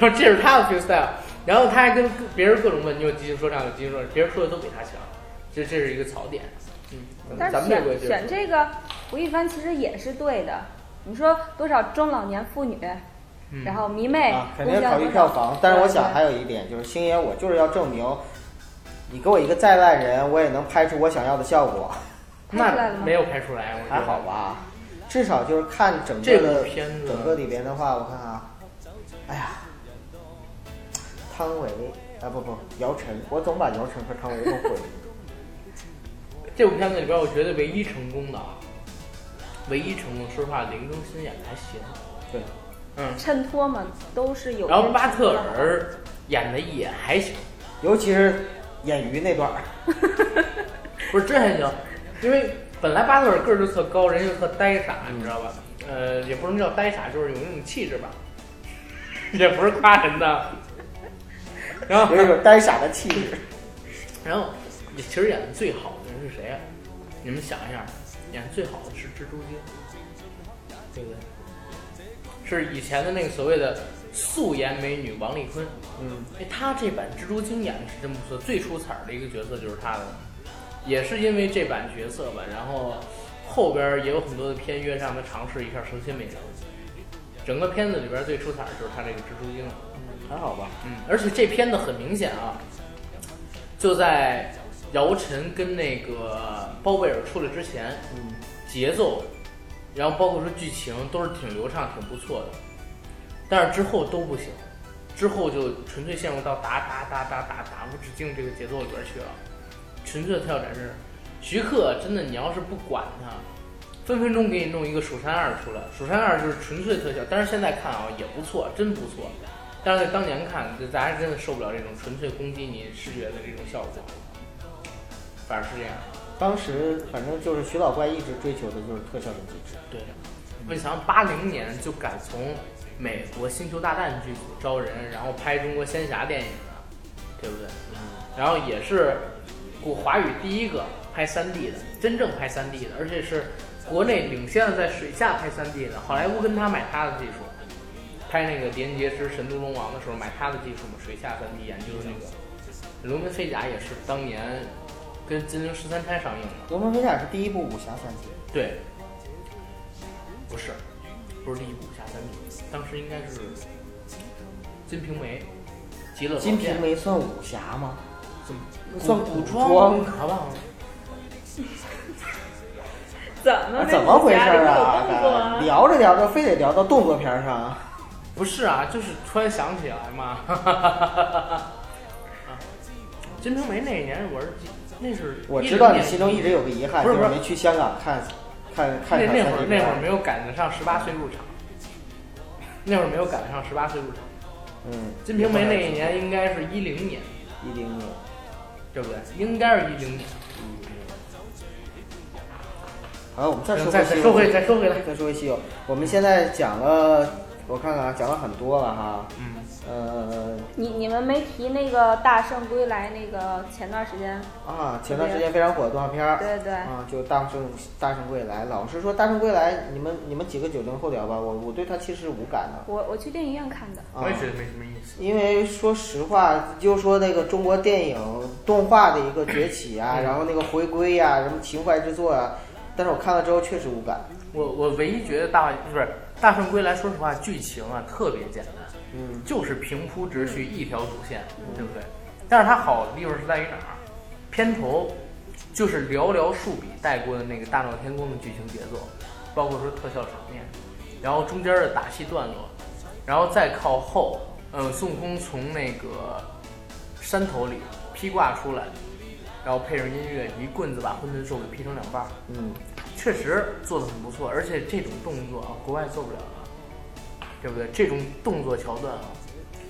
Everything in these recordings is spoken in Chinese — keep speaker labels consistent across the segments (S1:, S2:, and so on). S1: 然后这是他的 freestyle，然后他还跟别人各种问，你有即兴说唱，有即兴说唱，别人说的都比他强，这这是一个槽点。嗯，咱
S2: 但
S1: 们咱
S2: 是
S1: 们这个
S2: 选
S1: 就是
S2: 选这个吴亦凡其实也是对的。你说多少中老年妇女，
S1: 嗯
S2: 然后迷妹
S3: 啊，，肯
S2: 哎共
S3: 定
S2: 享
S3: 考虑
S2: 多
S3: 票
S2: 少
S3: 房。但是我
S2: 对
S3: 想
S2: 对
S3: 还有一点就是，星爷，我就是要证明，你给我一个再烂人，我也能拍出我想要的效果，
S2: 拍出来了
S1: 那
S2: 吗
S1: 没有拍出来，我觉得
S3: 还好？吧？至少就是看整
S1: 这
S3: 个
S1: 部
S3: 的
S1: 片子
S3: 整个里边的话，我看啊，哎呀，汤唯啊不不，姚晨，我总把姚晨和汤唯弄混。
S1: 这部片子里边，我觉得唯一成功的，啊，唯一成功，说实话，林更新演的还行。
S3: 对，
S1: 嗯，
S2: 衬托嘛，都是有。
S1: 然后巴特，尔演的也还行，
S3: 尤其是演鱼那段儿，
S1: 不是真还行，因为本来巴特尔个儿就特高，人又特呆傻，你知道吧？呃，也不能叫呆傻，就是有那种气质吧， 也不是夸人的。然后
S3: 有一种呆傻的 气质。
S1: 然后，其实演的最好的人是谁啊？你们想一下，演得最好的是蜘蛛精，对不对？是以前的那个所谓的素颜美女王丽坤。
S3: 嗯，
S1: 哎，她这版蜘蛛精演的是真不错，最出彩儿的一个角色就是她的，也是因为这版角色吧，然后后边儿也有很多的片约让她尝试一下蛇蝎美人。整个片子里边儿最出彩儿就是她这个蜘蛛精了。
S3: 还好吧？
S1: 嗯，而且这片子很明显啊，就在姚晨跟那个包贝尔出来之前，
S3: 嗯，
S1: 节奏，然后包括说剧情都是挺流畅、挺不错的，但是之后都不行，之后就纯粹陷入到打打打打打打无止境这个节奏里边去了，纯粹的跳展示。徐克真的，你要是不管他，分分钟给你弄一个《蜀山二》出来，《蜀山二》就是纯粹特效，但是现在看啊也不错，真不错。但是在当年看，就咱是真的受不了这种纯粹攻击你视觉的这种效果，反而是这样。
S3: 当时反正就是徐老怪一直追求的就是特效的极致。
S1: 对，魏翔八零年就敢从美国《星球大战》剧组招人，然后拍中国仙侠电影的，对不对？然后也是古华语第一个拍三 D 的，真正拍三 D 的，而且是国内领先的在水下拍三 D 的。好莱坞跟他买他的技术，拍那个《狄仁杰之神都龙王》的时候买他的技术嘛，水下三 D 研究那个。龙门飞甲也是当年跟《金陵十三钗》上映的，
S3: 罗曼菲亚是第一部武侠三级，
S1: 对，不是，不是第一部武侠三部，当时应该是《金瓶梅》《极乐
S3: 《
S1: 宝
S3: 金
S1: 剑
S3: 瓶》梅》算武侠吗？
S1: 怎么
S3: 算
S1: 古
S3: 古
S1: 装
S3: 装
S1: 好不好？
S2: 怎么
S3: 啊怎么回事儿
S2: 啊？这个动作
S3: 啊？聊着聊着，非得聊到动作片儿上。
S1: 不是啊，就是突然想起来嘛。啊《金瓶梅》那一年我是记那是
S3: 我
S1: 10
S3: 知道你
S1: 年
S3: 心中一直有个遗憾，
S1: 不
S3: 就是是
S1: 不
S3: 没
S1: 是
S3: 去香港看看
S1: 那
S3: 看场
S1: 那
S3: 三
S1: 会儿
S3: 级
S1: 那
S3: 片
S1: 会儿没有赶得上十八岁入场，那会儿没有赶得上十八岁入场。
S3: 嗯，
S1: 《金瓶梅》那一年应该是一零年，
S3: 一零年，
S1: 对不对？应该是一零年。
S3: 好了，我们再说
S1: 嗯再
S3: 西
S1: 再
S3: 游
S1: 说回再说回来。
S3: 再说回西游，我们现在讲了，我看看啊，讲了很多了哈，
S1: 嗯，
S3: 呃
S2: 你你们没提那个《大圣归来》那个前段时间，
S3: 啊，前段时间非常火的动画片儿，
S2: 对对
S1: 嗯
S3: 啊，就大圣大圣归来，老实说，大圣归来，你们你们几个九零后聊吧，我我对他其实是无感的，
S2: 我我去电影院看的。
S3: 啊
S1: 我也觉得没什么意思。
S3: 因为说实话，就说那个中国电影动画的一个崛起啊，
S1: 嗯
S3: 然后那个回归呀、什么情怀之作啊，但是我看了之后确实无感。
S1: 我我唯一觉得大不是《大圣归来》，说实话，剧情啊特别简单，
S3: 嗯，
S1: 就是平铺直叙一条主线，对不对？但是它好的地方是在于哪儿？片头就是寥寥数笔带过的那个大闹天宫的剧情节奏，包括说特效场面，然后中间的打戏段落，然后再靠后，嗯，孙悟空从那个山头里披挂出来，然后配上音乐，一棍子把混沌兽给劈成两半儿。
S3: 嗯，
S1: 确实做的很不错，而且这种动作啊，国外做不了的，对不对？这种动作桥段啊，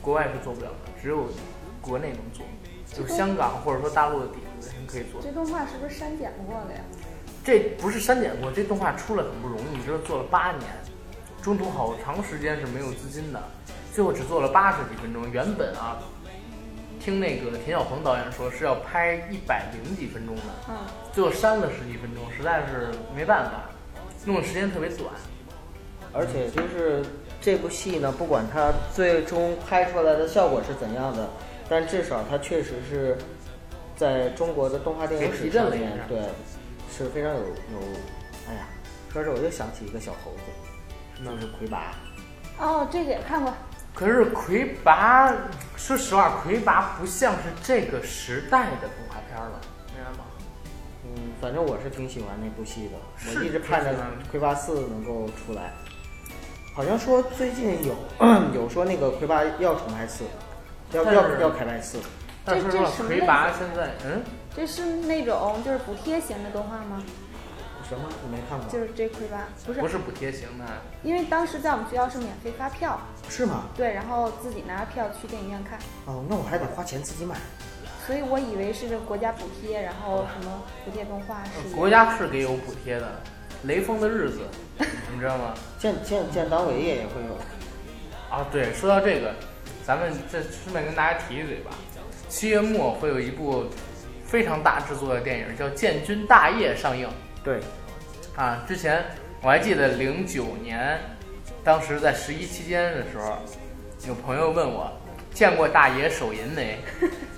S1: 国外是做不了的，只有国内能做，就是香港或者说大陆的底子人可以做。
S2: 这动画是不是删减过的呀？
S1: 这不是删减过，这动画出了很不容易，你知道做了八年，中途好长时间是没有资金的，最后只做了八十几分钟。原本啊，听那个田晓鹏导演说是要拍一百零几分钟的，
S2: 嗯，
S1: 最后删了十几分钟，实在是没办法，弄的时间特别短。
S3: 而且就是这部戏呢，不管它最终拍出来的效果是怎样的，但至少它确实是在中国的动画电影史上面，对，是非常有有。哎呀，说是我又想起一个小猴子，就是魁拔。
S2: 哦，这个也看过。
S1: 可是魁拔，说实话，魁拔不像是这个时代的动画片了，明白吗？
S3: 嗯，反正我是挺喜欢那部戏的，
S1: 是
S3: 我一直盼着
S1: 挺喜欢
S3: 《魁拔四》能够出来。好像说最近有有说那个《魁拔》要重拍四，要
S1: 但
S3: 要
S1: 是
S3: 要开拍四。
S1: 但是
S2: 这
S1: 说
S2: 这什么
S1: 魁拔现在，嗯，
S2: 这是那种就是补贴型的动画吗？
S3: 什么？你没看过？
S2: 就是这魁拔，不是
S1: 不，是补贴型的，
S2: 因为当时在我们学校是免费发票，
S3: 是吗？
S2: 对，然后自己拿票去电影院看，
S3: 哦，那我还得花钱自己买。
S2: 所以我以为是这国家补贴，然后什么补贴动画是一个
S1: 国家是给有补贴的，《雷锋的日子》， 你知道吗？
S3: 建建建党伟业也会有。
S1: 啊，对，说到这个，咱们这顺便跟大家提一嘴吧，七月末会有一部非常大制作的电影叫《建军大业》上映
S3: 对，
S1: 啊。之前我还记得零九年，当时在十一期间的时候，有朋友问我见过大爷手淫没，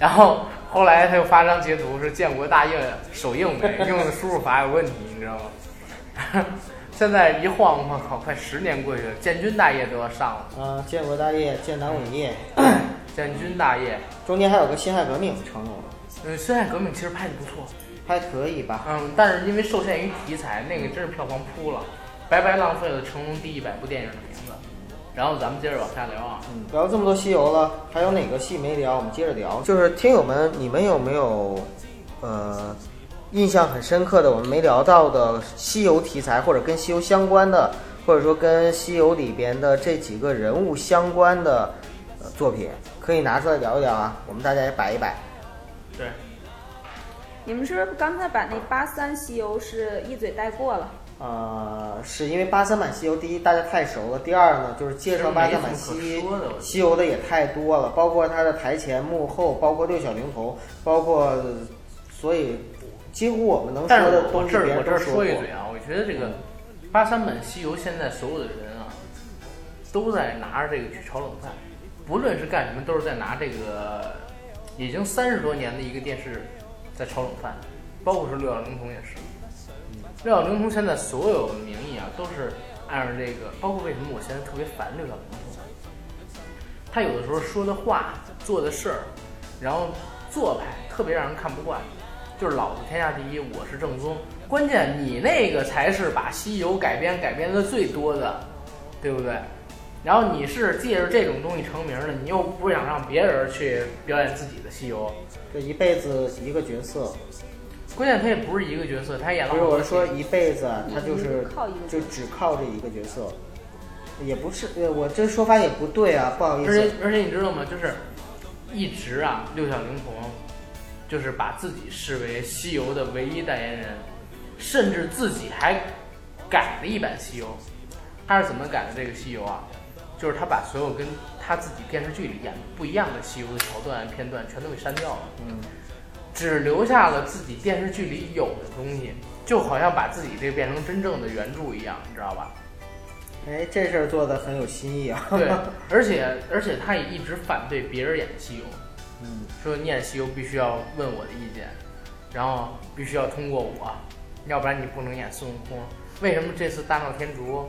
S1: 然后后来他又发张截图是见过大爷手硬没，用的输入法有问题，你知道吗？ 现在一晃，我靠，快十年过去了，建军大业都要上了。
S3: 啊，建国大业，建党伟业，
S1: 建军大业，
S3: 中间还有个辛亥革命成龙，
S1: 嗯，辛亥革命其实拍的不错，
S3: 还可以吧？
S1: 嗯，但是因为受限于题材，那个真是票房扑了，白白浪费了成龙第一百部电影的名字。然后咱们接着往下聊啊，
S3: 嗯，聊这么多西游了，还有哪个戏没聊？我们接着聊。就是听友们，你们有没有呃印象很深刻的我们没聊到的西游题材，或者跟西游相关的，或者说跟西游里边的这几个人物相关的、呃、作品，可以拿出来聊一聊啊，我们大家也摆一摆。
S1: 对，
S2: 你们是不是刚才把那八三西游是一嘴带过了？
S3: 呃，是因为八三版西游，第一大家太熟了，第二呢就是介绍八三版
S1: 没
S3: 西
S1: 什么可说的我觉得
S3: 西游的也太多了，包括它的台前幕后，包括六小龄童，包括呃所以几乎我们能
S1: 但
S3: 说
S1: 是
S3: 的
S1: 我
S3: 东西
S1: 这
S3: 别
S1: 儿我
S3: 人
S1: 这
S3: 都
S1: 儿
S3: 过
S1: 说一嘴。啊，我觉得这个八三版《西游》现在所有的人啊，都在拿着这个去炒冷饭，不论是干什么，都是在拿这个已经三十多年的一个电视在炒冷饭，包括是六小龄童也是。六小龄童现在所有的名义啊，都是按照这个，包括为什么我现在特别烦六小龄童，他有的时候说的话、做的事儿，然后做派特别让人看不惯，就是老子天下第一，我是正宗。关键你那个才是把西游改编改编的最多的，对不对？然后你是借着这种东西成名的，你又不想让别人去表演自己的西游，
S3: 这一辈子一个角色，
S1: 关键他也不是一个角色，他演了
S3: 不
S1: 好
S3: 是
S1: 多
S3: 我
S1: 戏。
S3: 是说一辈子啊，他就是
S2: 靠一个
S3: 就只靠这一个角色，也不是呃我这说法也不对啊，不好意
S1: 而
S3: 思
S1: 且，而且你知道吗？就是一直啊，六小龄童就是把自己视为西游的唯一代言人，甚至自己还改了一版西游。他是怎么改的这个西游啊？就是他把所有跟他自己电视剧里演的不一样的西游的桥段、片段全都给删掉了，
S3: 嗯，
S1: 只留下了自己电视剧里有的东西，就好像把自己这个变成真正的原著一样，你知道吧？
S3: 哎，这事儿做的很有新意啊，
S1: 对，而且而且他也一直反对别人演的西游，
S3: 嗯，
S1: 说念西游必须要问我的意见，然后必须要通过我，要不然你不能演孙悟空。为什么这次大闹天竺，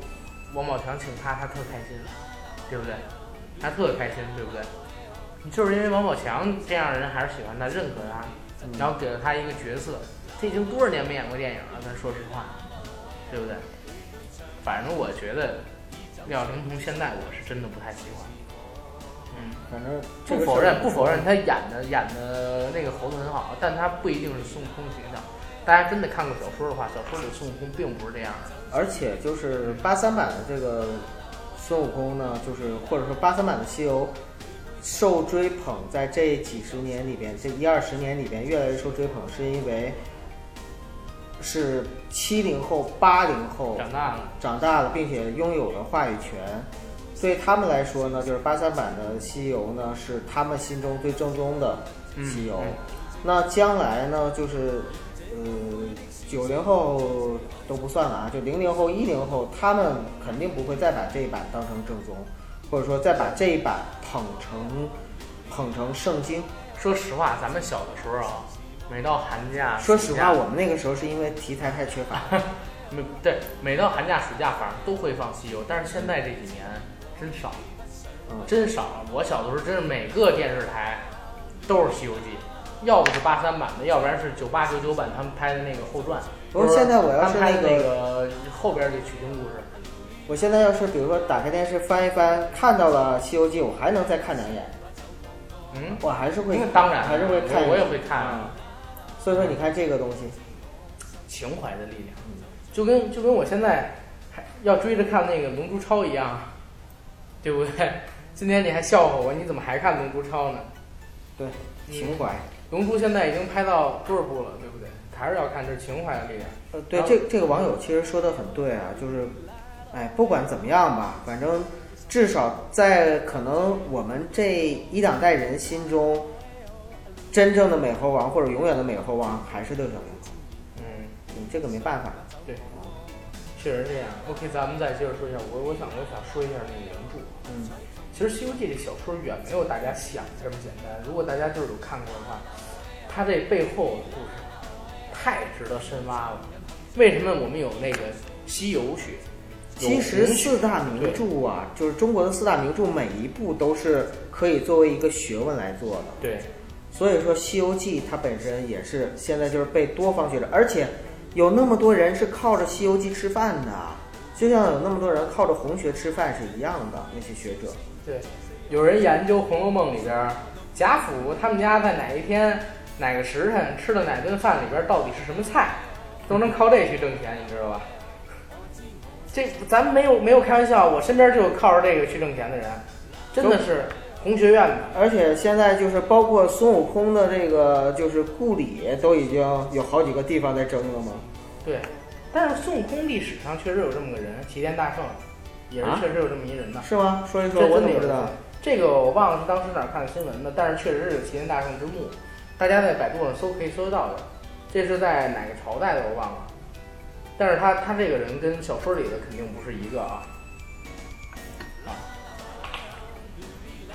S1: 王宝强请他，他特开心，对不对？他特开心，对不对？就是因为王宝强这样的人还是喜欢他，认可他，然后给了他一个角色。他已经多少年没演过电影了？咱说实话，对不对？反正我觉得廖承从现在我是真的不太喜欢。嗯，
S3: 反正这
S1: 不
S3: 个
S1: 否
S3: 事儿嗯
S1: 认，不否认，他演的演的那个猴子很好，但他不一定是孙悟空的形象。大家真的看过小说的话，小说里孙悟空并不是这样的。
S3: 而且就是八三版的这个孙悟空呢，就是或者说八三版的西游，受追捧在这几十年里边，这一二十年里边越来越受追捧，是因为是七零后、八零后
S1: 长大了，
S3: 长大了，并且拥有了话语权。对他们来说呢，就是八三版的西游呢，是他们心中最正宗的西游。
S1: 嗯
S3: 那将来呢，就是呃，九零后都不算了啊，就零零后、一零后，他们肯定不会再把这一版当成正宗，或者说再把这一版捧成捧成圣经。
S1: 说实话，咱们小的时候啊，每到寒假，
S3: 说实
S1: 暑
S3: 话，
S1: 假
S3: 我们那个时候是因为题材太缺乏了，
S1: 每对每到寒假暑假，反正都会放西游，但是现在这几年真少，
S3: 嗯
S1: 真少了。我小的时候真是每个电视台都是西游记，要不是八三版的，要不然是九八九九版他们拍的那个后传。
S3: 不是现在我要是
S1: 他们拍的
S3: 那
S1: 那个后边这取经故事，
S3: 我现在要是比如说打开电视翻一翻，看到了《西游记》，我还能再看两眼，
S1: 嗯，
S3: 我还是会
S1: 那，当然
S3: 还是会看，
S1: 我我也会看啊。
S3: 所以说，你看这个东西，
S1: 情怀的力量，就跟就跟我现在还要追着看那个《龙珠超》一样，对不对？今天你还笑话我，你怎么还看《龙珠超》呢？
S3: 对
S1: 嗯
S3: 情怀。
S1: 龙珠现在已经拍到多少部了，对不对？还是要看这情怀的力量。
S3: 呃，对
S1: 然，后
S3: 这这个网友其实说的很对啊，就是，哎，不管怎么样吧，反正至少在可能我们这一两代人心中，真正的美猴王或者永远的美猴王还是六小龄，
S1: 嗯，
S3: 嗯，这个没办法。
S1: 对，确实这样。OK，咱们再接着说一下，我我想我想说一下那个原著。
S3: 嗯，
S1: 其实《西游记》这小说远没有大家想的这么简单。如果大家就是有看过的话，它这背后的故事太值得深挖了。为什么我们有那个西游学？有
S3: 其实
S1: 红学
S3: 四大名著啊，就是中国的四大名著，每一部都是可以作为一个学问来做的。
S1: 对
S3: 所以说，《西游记》它本身也是现在就是被多方学者，而且有那么多人是靠着《西游记》吃饭的，啊就像有那么多人靠着红学吃饭是一样的。那些学者，
S1: 对，有人研究《红楼梦》里边儿贾府他们家在哪一天哪个时辰吃的哪顿饭里边儿到底是什么菜，都能靠这去挣钱，你知道吧？这咱没有没有开玩笑，我身边就有靠着这个去挣钱的人，真的是红学院的。
S3: 而且现在就是包括孙悟空的这个就是故里，都已经有好几个地方在争了嘛。
S1: 对，但是孙悟空历史上确实有这么个人，齐天大圣也是
S3: 啊
S1: 确实有这么一人的。
S3: 是吗？说一
S1: 这
S3: 说，我
S1: 真的有
S3: 怎么知
S1: 这
S3: 道啊
S1: 个？这个我忘了是当时哪儿看的新闻的，但是确实是有齐天大圣之墓，大家在百度上搜可以搜得到的。这是在哪个朝代的我忘了，但是他他这个人跟小说里的肯定不是一个啊。啊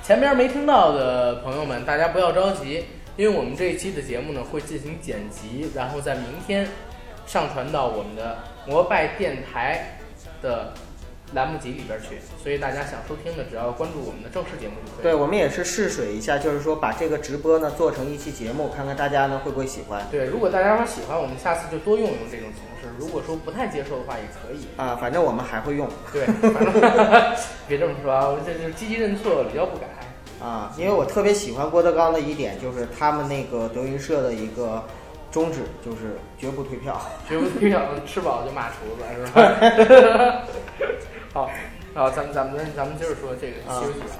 S1: 前边没听到的朋友们，大家不要着急，因为我们这一期的节目呢会进行剪辑，然后在明天上传到我们的摩拜电台的栏目集里边去，所以大家想收听的，只要关注我们的正式节目就可以。
S3: 对，我们也是试水一下，就是说把这个直播呢做成一期节目，看看大家呢会不会喜欢。
S1: 对，如果大家说喜欢，我们下次就多用用这种形式；如果说不太接受的话，也可以。
S3: 啊，反正我们还会用
S1: 对， 反正 别这么说啊，我这就是积极认错，屡教不改。
S3: 啊，因为我特别喜欢郭德纲的一点就是他们那个德云社的一个宗旨就是绝不退票。
S1: 绝不退让吃饱就骂厨子，是吧？ 好，好，咱们咱们咱们接着说这个《西游记》啊，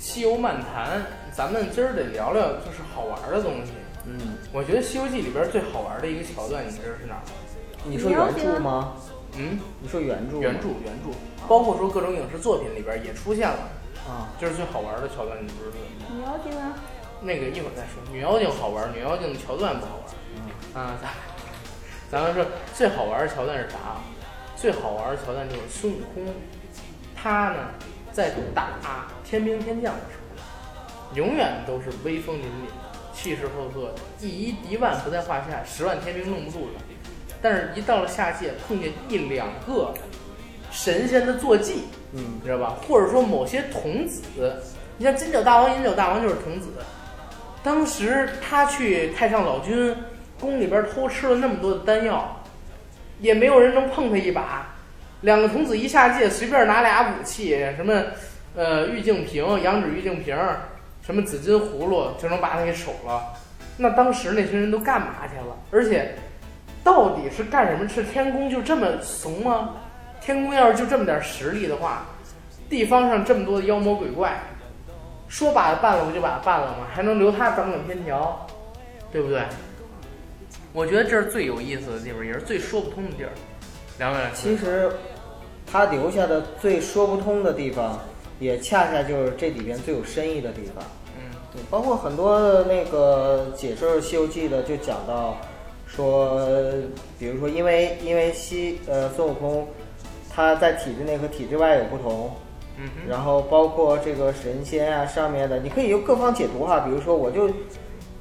S1: 《西游漫谈》，咱们今儿得聊聊就是好玩儿的东西。
S3: 嗯，
S1: 我觉得《西游记》里边儿最好玩儿的一个桥段，你知道是哪儿吗？
S3: 你说原著吗？
S1: 嗯，
S3: 你说原著吗？
S1: 原著原著，包括说各种影视作品里边儿也出现了，
S3: 啊，
S1: 这是最好玩儿的桥段，你不知道是什么？
S2: 你要听啊？
S1: 那个一会儿再说，女妖精好玩儿，女妖精的桥段不好玩儿。啊，咱 咱们说最好玩儿的桥段是啥啊？最好玩儿的桥段就是孙悟空，他呢在打天兵天将的时候，永远都是威风凛凛、气势赫赫，一一敌万不在话下，十万天兵弄不住他。但是，一到了下界，碰见一两个神仙的坐骑，
S3: 嗯
S1: 你知道吧？或者说某些童子，你像金角大王、银角大王就是童子。当时他去太上老君宫里边偷吃了那么多的丹药，也没有人能碰他一把。两个童子一下界，随便拿俩武器，什么呃玉净瓶、羊脂玉净瓶，什么紫金葫芦，就能把他给守了。那当时那群人都干嘛去了？而且，到底是干什么事？天宫就这么怂吗？天宫要是就这么点实力的话，地方上这么多的妖魔鬼怪，说把他办了不就把他办了吗？还能留他当等天条，对不对？我觉得这是最有意思的地方，也是最说不通的地儿。两位，
S3: 其实他留下的最说不通的地方，也恰恰就是这里边最有深意的地方。
S1: 嗯，
S3: 对，包括很多的那个解释《西游记》的，就讲到说，比如说因为因为西呃孙悟空他在体制内和体制外有不同，
S1: 嗯哼，
S3: 然后包括这个神仙啊上面的，你可以由各方解读哈。比如说，我就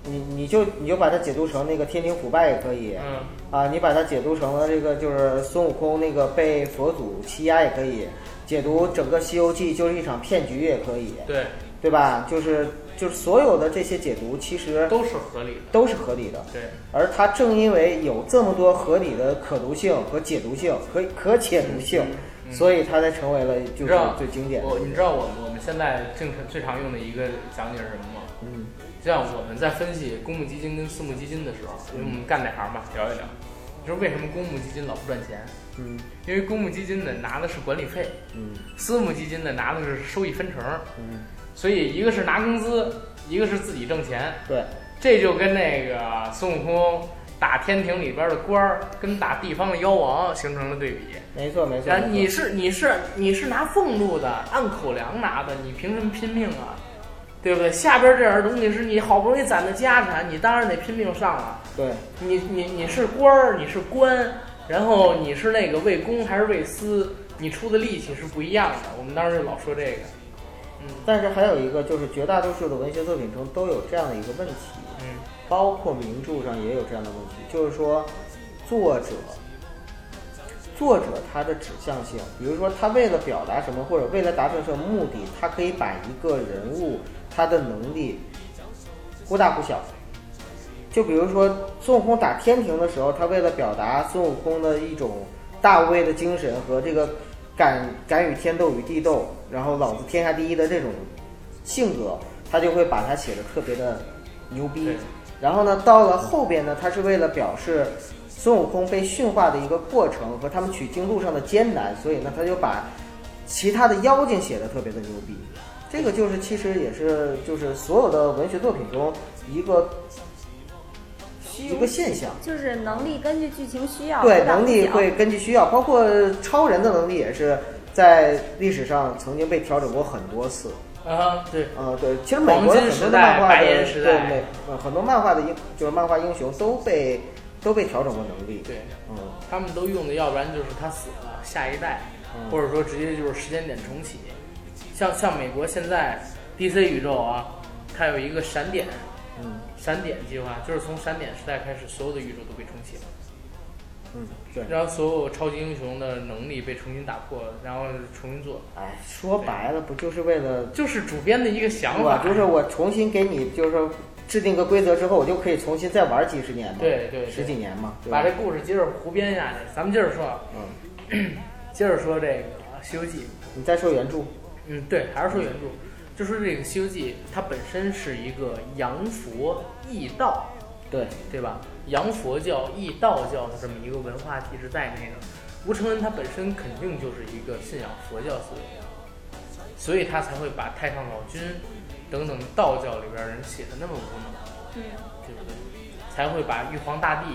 S3: 你你就你就把它解读成那个天庭腐败也可以，
S1: 嗯
S3: 啊，你把它解读成了这个就是孙悟空那个被佛祖欺压也可以，解读整个《西游记》就是一场骗局也可以，
S1: 对，
S3: 对吧？就是就是所有的这些解读其实
S1: 都是合理的，
S3: 都是合理的。
S1: 对，
S3: 而它正因为有这么多合理的可读性和解读性和可解读性，
S1: 嗯
S3: 所以它才成为了就
S1: 你
S3: 是
S1: 知道
S3: 最经典的。
S1: 我你知道我我们现在经常最常用的一个讲解是什么吗？
S3: 嗯，
S1: 就像我们在分析公募基金跟私募基金的时候，因为我们干哪行嘛，聊一聊，就是为什么公募基金老不赚钱？
S3: 嗯
S1: 因为公募基金呢拿的是管理费，
S3: 嗯
S1: 私募基金呢拿的是收益分成，
S3: 嗯，
S1: 所以一个是拿工资，一个是自己挣钱，
S3: 对，
S1: 这就跟那个孙悟空打天庭里边的官儿跟打地方的妖王形成了对比。
S3: 没错没错。
S1: 然后
S3: 没
S1: 哎你
S3: 错
S1: 是你是你是拿俸禄的，按口粮拿的，你凭什么拼命啊？对不对？下边这点东西是你好不容易攒的家产，你当然得拼命上了。
S3: 对
S1: 你你你是官儿，你是官，然后你是那个为公还是为私，你出的力气是不一样的。我们当时就老说这个，嗯
S3: 但是还有一个就是绝大多数的文学作品中都有这样的一个问题，
S1: 嗯
S3: 包括名著上也有这样的问题，就是说作者。作者他的指向性，比如说他为了表达什么，或者为了达成什么目的，他可以把一个人物他的能力忽大忽小。就比如说孙悟空打天庭的时候，他为了表达孙悟空的一种大无畏的精神和这个敢敢与天斗与地斗，然后老子天下第一的这种性格，他就会把它写的特别的牛逼
S1: 对。
S3: 然后呢，到了后边呢，他是为了表示孙悟空被驯化的一个过程和他们取经路上的艰难，所以呢，他就把其他的妖精写的特别的牛逼。这个就是其实也是就是所有的文学作品中一个一个现象。
S2: 就是能力根据剧情需要
S3: 对，
S2: 大
S3: 能力
S2: 小
S3: 会根据需要，包括超人的能力也是在历史上曾经被调整过很多次。
S1: 啊，对，
S3: 呃，对，其实美国
S1: 黄
S3: 很
S1: 金
S3: 多
S1: 时
S3: 的
S1: 代
S3: 漫画
S1: 白
S3: 的
S1: 银时代
S3: 对美、呃很多漫画的英就是漫画英雄都被都被调整过能力。
S1: 对，
S3: 嗯，
S1: 他们都用的，要不然就是他死了，下一代，
S3: 嗯
S1: 或者说直接就是时间点重启。像像美国现在 DC 宇宙啊，它有一个闪点，
S3: 嗯
S1: 闪点计划，就是从闪点时代开始，所有的宇宙都被重启了，
S3: 嗯，对。
S1: 然后所有超级英雄的能力被重新打破，然后重新做，
S3: 哎，说白了，不就是为了
S1: 就是主编的一个想
S3: 我
S1: 法，
S3: 就是我重新给你就是说制定个规则之后，我就可以重新再玩几十年嘛。
S1: 对对对
S3: 十几年嘛，对吧
S1: 把这故事接着胡编下去。咱们接着说啊，
S3: 嗯，
S1: 接着说这个《西游记》。
S3: 你再说原著，
S1: 嗯，对，还是说原著，就说这个《西游记》，它本身是一个洋佛异道，
S3: 对，
S1: 对吧？洋佛教、异道教的这么一个文化体制在内的，吴承恩他本身肯定就是一个信仰佛教思维的，所以他才会把太上老君等等道教里边人写的那么无能。
S2: 嗯
S1: 对不对？才会把玉皇大帝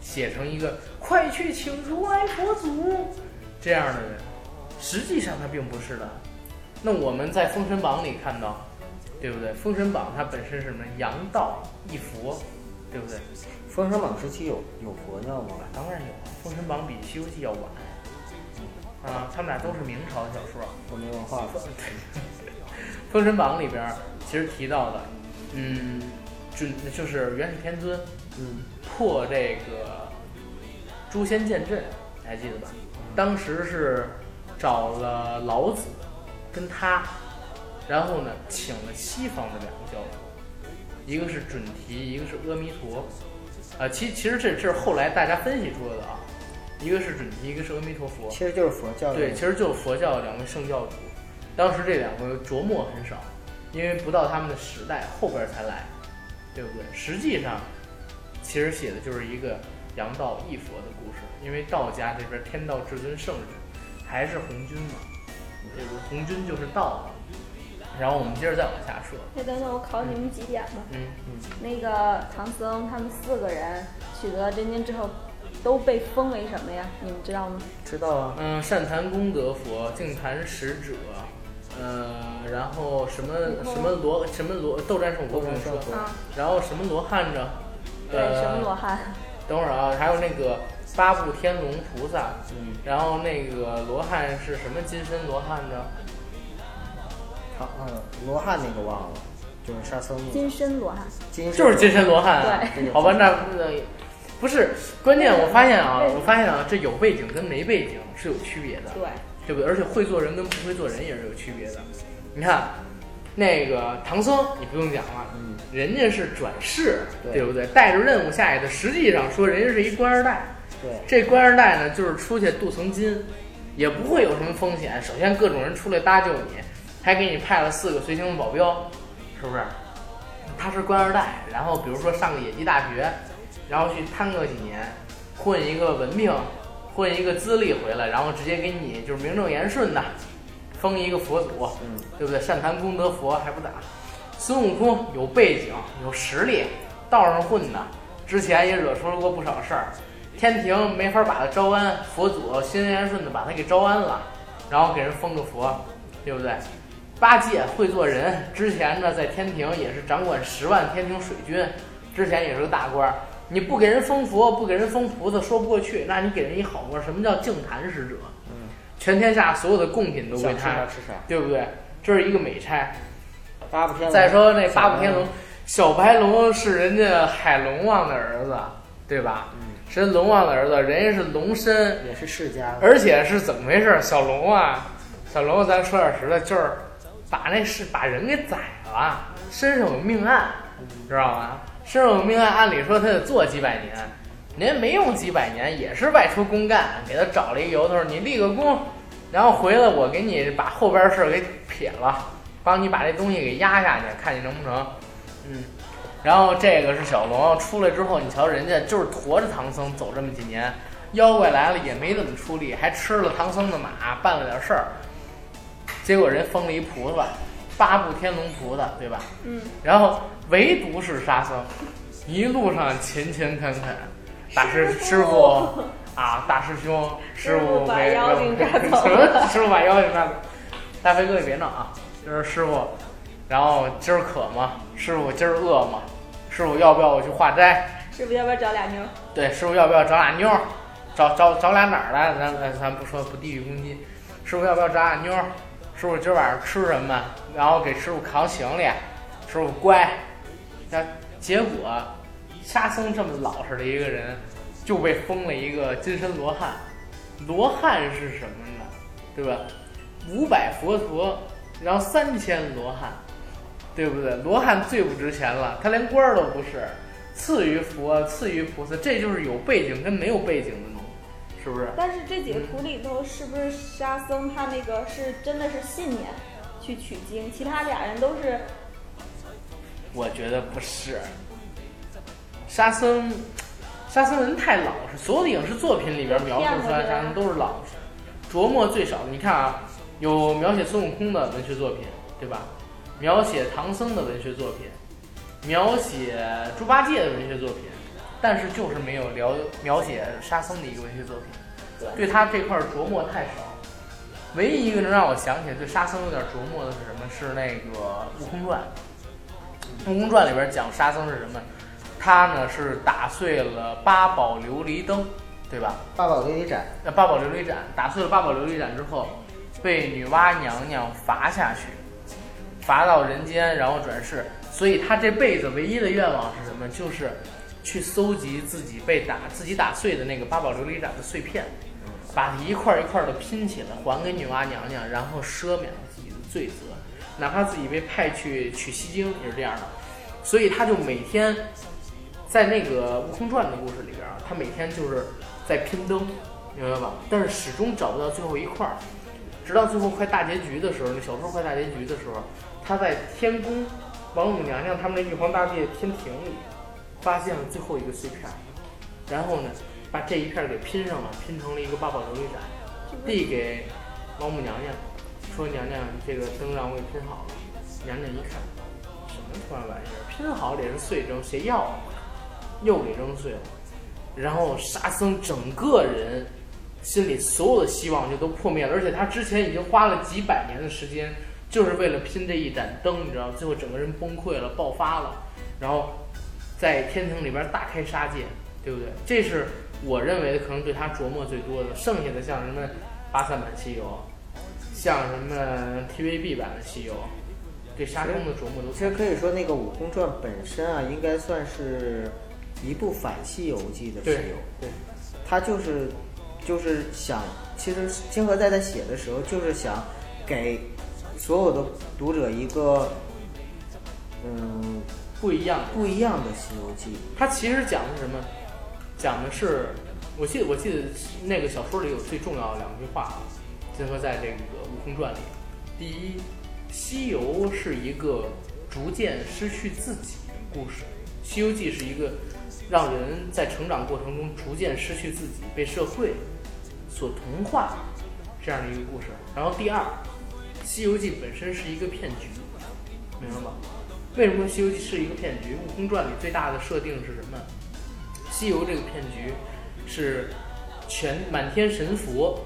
S1: 写成一个“快去请如来佛祖”这样的人。实际上他并不是的。那我们在《封神榜》里看到，对不对？《封神榜》它本身是什么？阳道一佛，对不对？
S3: 封神榜时期有有佛教吗？
S1: 当然有，啊，《封神榜》比《西游记》要晚。啊，他们俩都是明朝小说。
S3: 我没文化了。
S1: 《封神榜》里边儿其实提到的，嗯，准就是元始天尊，
S3: 嗯，
S1: 破这个诛仙剑阵，你还记得吧？当时是找了老子跟他，然后呢，请了西方的两个教主，一个是准提，一个是阿弥陀。啊、其其实这这是后来大家分析出来的啊，一个是准提，一个是阿弥陀佛。
S3: 其实就是佛教。
S1: 对，其实就是佛教两位圣教主，当时这两个琢磨很少，因为不到他们的时代，后边才来，对不对？实际上，其实写的就是一个杨道一佛的故事，因为道家这边天道至尊圣人还是红军嘛，对不对？红军就是道嘛。然后我们接着再往下说，
S2: 那哎等等，我考你们几点吧。
S1: 嗯，
S2: 那个唐僧他们四个人取得真经之后，都被封为什么呀？你们知道吗？
S3: 知道啊。
S1: 嗯，善谈功德佛，净谈使者，呃，然后什么什么罗什么罗斗战胜佛不用说，
S3: 斗战胜佛
S2: 啊，
S1: 然后什么罗汉呢？
S2: 对，
S1: 呃，
S2: 什么罗汉？
S1: 等会儿啊，还有那个八部天龙菩萨，
S3: 嗯，
S1: 然后那个罗汉是什么金身罗汉呢？
S3: 唐嗯罗汉那个忘了，就是沙僧那个
S2: 金身罗汉，
S3: 金
S1: 就是金身罗汉、啊。
S3: 对
S1: 好吧，那那不是关键，我发现啊，我发现啊，这有背景跟没背景是有区别的，
S2: 对，
S1: 对不对？而且会做人跟不会做人也是有区别的。你看，那个唐僧，你不用讲了，
S3: 嗯
S1: 人家是转世，
S3: 对
S1: 对不对？带着任务下去的，实际上说人家是一官二代。
S3: 对
S1: 这官二代呢，就是出去镀层金，也不会有什么风险。首先各种人出来搭救你，还给你派了四个随行保镖，是不是？他是官二代，然后比如说上个野鸡大学，然后去贪个几年，混一个文凭，混一个资历回来，然后直接给你就是名正言顺的封一个佛祖，
S3: 嗯
S1: 对不对？善谈功德佛还不咋。孙悟空有背景，有实力，道上混的，之前也惹出了过不少事儿。天庭没法把他招安，佛祖心言顺的把他给招安了，然后给人封个佛，对不对？八戒会做人，之前呢在天庭也是掌管十万天庭水军，之前也是个大官儿。你不给人封佛，不给人封菩萨，说不过去。那你给人一好官儿，什么叫净坛使者？
S3: 嗯，
S1: 全天下所有的贡品都归
S3: 想吃啥
S1: 他，
S3: 吃啥。
S1: 对不对？这是一个美差。
S3: 八部天龙。
S1: 再说那八部天龙，小白龙是人家海龙王的儿子，对吧？
S3: 嗯
S1: 是龙王的儿子，人家是龙身，
S3: 也是世家的，
S1: 而且是怎么回事？小龙啊，小龙，咱说点实在，就是把那是把人给宰了，身上有命案，知道吗？身上有命案，按理说他得坐几百年，人家没用几百年，也是外出公干，给他找了一由头，你立个功，然后回来我给你把后边事儿给撇了，帮你把这东西给压下去，看你能不能，嗯。然后这个是小龙出来之后，你瞧人家就是驮着唐僧走这么几年，妖怪来了也没怎么出力，还吃了唐僧的马，办了点事儿。结果人封了一菩萨，八部天龙菩萨，对吧？
S2: 嗯，
S1: 然后唯独是沙僧，一路上勤勤恳恳，大师师
S2: 师
S1: 傅
S2: 傅
S1: 啊，大师兄，师傅
S2: 师傅把
S1: 没
S2: 妖精抓
S1: 什
S2: 走
S1: 么师傅把妖精抓走？大飞哥你别闹啊，就是师傅，然后今儿渴吗？师傅今儿饿吗？师傅要不要我去化斋？
S2: 师傅要不要找俩妞？
S1: 对，师傅要不要找俩妞儿？找找找俩哪儿的？咱咱咱不说不地域攻击。师傅要不要找俩妞儿？师傅今儿晚上吃什么？然后给师傅扛行李，师傅乖。那结果，沙僧这么老实的一个人，就被封了一个金身罗汉。罗汉是什么呢？对吧？五百佛陀，然后三千罗汉，对不对？罗汉最不值钱了，他连官儿都不是。次于佛，次于菩萨，这就是有背景跟没有背景的东西，是不是？
S2: 但是这几个图里头，是不是沙僧他那个是真的是信念去取经，其他俩人都是
S1: 我觉得不是。沙僧，沙僧人太老实，所有的影视作品里边描述出来沙僧都是老实，琢磨最少。你看啊，有描写孙悟空的文学作品，对吧？描写唐僧的文学作品，描写猪八戒的文学作品，但是就是没有描描写沙僧的一个文学作品，对他这块儿琢磨太少。唯一一个能让我想起来对沙僧有点琢磨的是什么？是那个《悟空传》。《悟空传》里边讲沙僧是什么？他呢是打碎了八宝琉璃灯，对吧？
S3: 八宝琉璃盏，
S1: 那八宝琉璃盏打碎了八宝琉璃盏之后，被女娲娘娘罚下去，罚到人间，然后转世。所以他这辈子唯一的愿望是什么？就是去搜集自己被打、自己打碎的那个八宝琉璃盏的碎片，把它一块儿一块的拼起来，还给女娲娘娘，然后赦免了自己的罪责。哪怕自己被派去取西经也是这样的，所以他就每天在那个《悟空传》的故事里边儿，他每天就是在拼灯，明白吧？但是始终找不到最后一块儿，直到最后快大结局的时候，那小说快大结局的时候，他在天宫王母娘娘他们那玉皇大帝的天庭里发现了最后一个碎片儿，然后呢，把这一片儿给拼上了，拼成了一个八宝琉璃盏，递给王母娘娘，说娘娘这个灯让我给拼好了。娘娘一看，什么破玩意儿，拼好了也是碎扔，谁要啊？又给扔碎了。然后沙僧整个人心里所有的希望就都破灭了，而且他之前已经花了几百年的时间，就是为了拼这一盏灯，你知道吗，最后整个人崩溃了，爆发了，然后在天庭里边大开杀戒，对不对？这是我认为可能对他琢磨最多的。剩下的像什么八三版西游，像什么 TVB 版的西游，对沙僧的琢磨都
S3: 其实可以说，那个《武空传》本身啊，应该算是一部反《西游记》的
S1: 对
S3: 西游。
S1: 对
S3: 他就是就是想，其实清河在在写的时候，就是想给所有的读者一个嗯
S1: 不一样的。
S3: 不一样的《西游记
S1: 他其实讲的是什么？讲的是，我记得我记得那个小说里有最重要的两句话啊，金河在这个《悟空传》里，第一，西游是一个逐渐失去自己的故事，《西游记》是一个让人在成长过程中逐渐失去自己，被社会所同化这样的一个故事。然后第二，《西游记》本身是一个骗局，明白吗？为什么《西游记》是一个骗局？《悟空传》里最大的设定是什么？西游这个骗局是全满天神佛，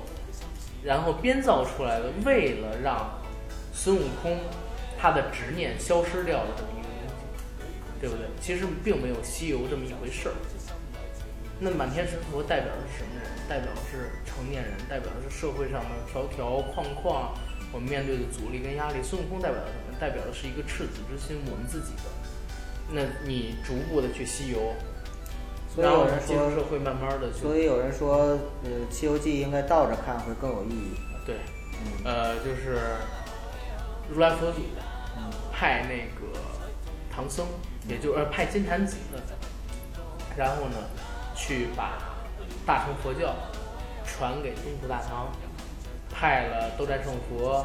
S1: 然后编造出来的，为了让孙悟空他的执念消失掉的这么一个东西，对不对？其实并没有西游这么一回事儿。那满天神佛代表的是什么人？代表的是成年人，代表的是社会上的条条框框，我们面对的阻力跟压力。孙悟空代表的是什么？代表的是一个赤子之心，我们自己的。那你逐步的去西游，》，
S3: 所以
S1: 然后
S3: 有人
S1: 进入社
S3: 说，
S1: 会，慢慢的就
S3: 所以有人说，呃，《西游记》应该倒着看会更有意义。
S1: 对，
S3: 嗯
S1: 呃，就是如来佛祖
S3: 嗯，
S1: 派那个唐僧，也就是呃派金蝉子，然后呢，去把大乘佛教传给东土大唐，派了斗战胜佛，